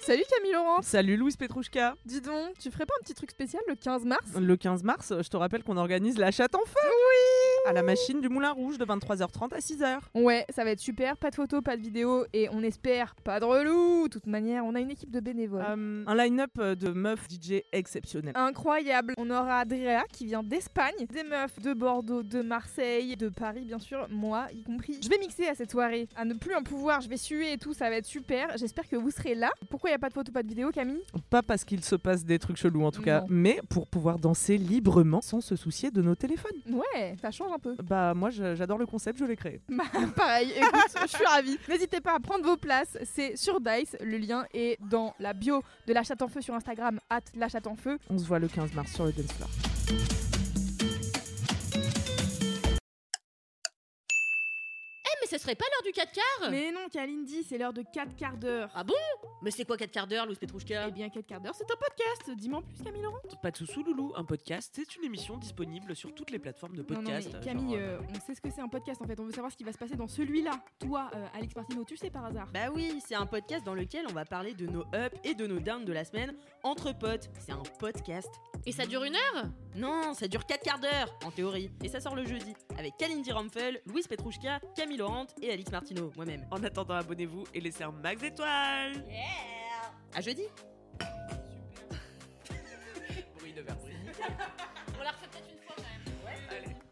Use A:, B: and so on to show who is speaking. A: Salut Camille Laurence
B: Salut Louise Petrouchka.
A: Dis donc, tu ferais pas un petit truc spécial le 15 mars
B: Le 15 mars, je te rappelle qu'on organise la chatte en feu à la machine du Moulin Rouge de 23h30 à 6h.
A: Ouais, ça va être super, pas de photos, pas de vidéos, et on espère pas de relou De toute manière, on a une équipe de bénévoles.
B: Euh, un line-up de meufs DJ exceptionnel.
A: Incroyable On aura Adrea qui vient d'Espagne, des meufs de Bordeaux, de Marseille, de Paris bien sûr, moi y compris. Je vais mixer à cette soirée, à ne plus en pouvoir, je vais suer et tout, ça va être super, j'espère que vous serez là. Pourquoi y a pas de photos, pas de vidéos Camille
B: Ah. Pas parce qu'il se passe des trucs chelous en tout cas,
A: Non.
B: mais pour pouvoir danser librement sans se soucier de nos téléphones.
A: Ouais, ça change un peu.
B: Bah moi je- j'adore le concept, je l'ai créé.
A: Bah, pareil, écoute, je suis ravie. N'hésitez pas à prendre vos places, c'est sur Dice. Le lien est dans la bio de La Chatte en Feu sur Instagram, at La Chatte en Feu.
B: On se voit le 15 mars sur le dance floor.
C: mais ce serait pas l'heure du 4 quarts
D: Mais non, Kalindi, c'est l'heure de 4 quarts d'heure.
C: Mais c'est quoi 4 quarts d'heure, Louis Petrouchka
D: Eh bien, 4 quarts d'heure, c'est un podcast. Dis-moi en plus, Camille Laurent.
E: Pas de sous Loulou, un podcast, c'est une émission disponible sur toutes les plateformes de
D: Non, non,
E: podcast.
D: mais Camille,
E: genre, euh,
D: euh, on sait ce que c'est un podcast en fait. On veut savoir ce qui va se passer dans celui-là. Toi, euh, Alex Martineau, tu sais par hasard.
C: Bah oui, c'est un podcast dans lequel on va parler de nos ups et de nos downs de la semaine entre potes. C'est un podcast.
F: Et ça dure une heure
C: Non, ça dure 4 quarts d'heure, en théorie. Et ça sort le jeudi, avec Kalindi Ramphel, Louise Petrouchka, Camille Laurent et Alix Martineau, moi-même.
E: En attendant, abonnez-vous et laissez un max d'étoiles
C: À jeudi
E: Bruit de verre.
F: On la refait peut-être une fois quand même.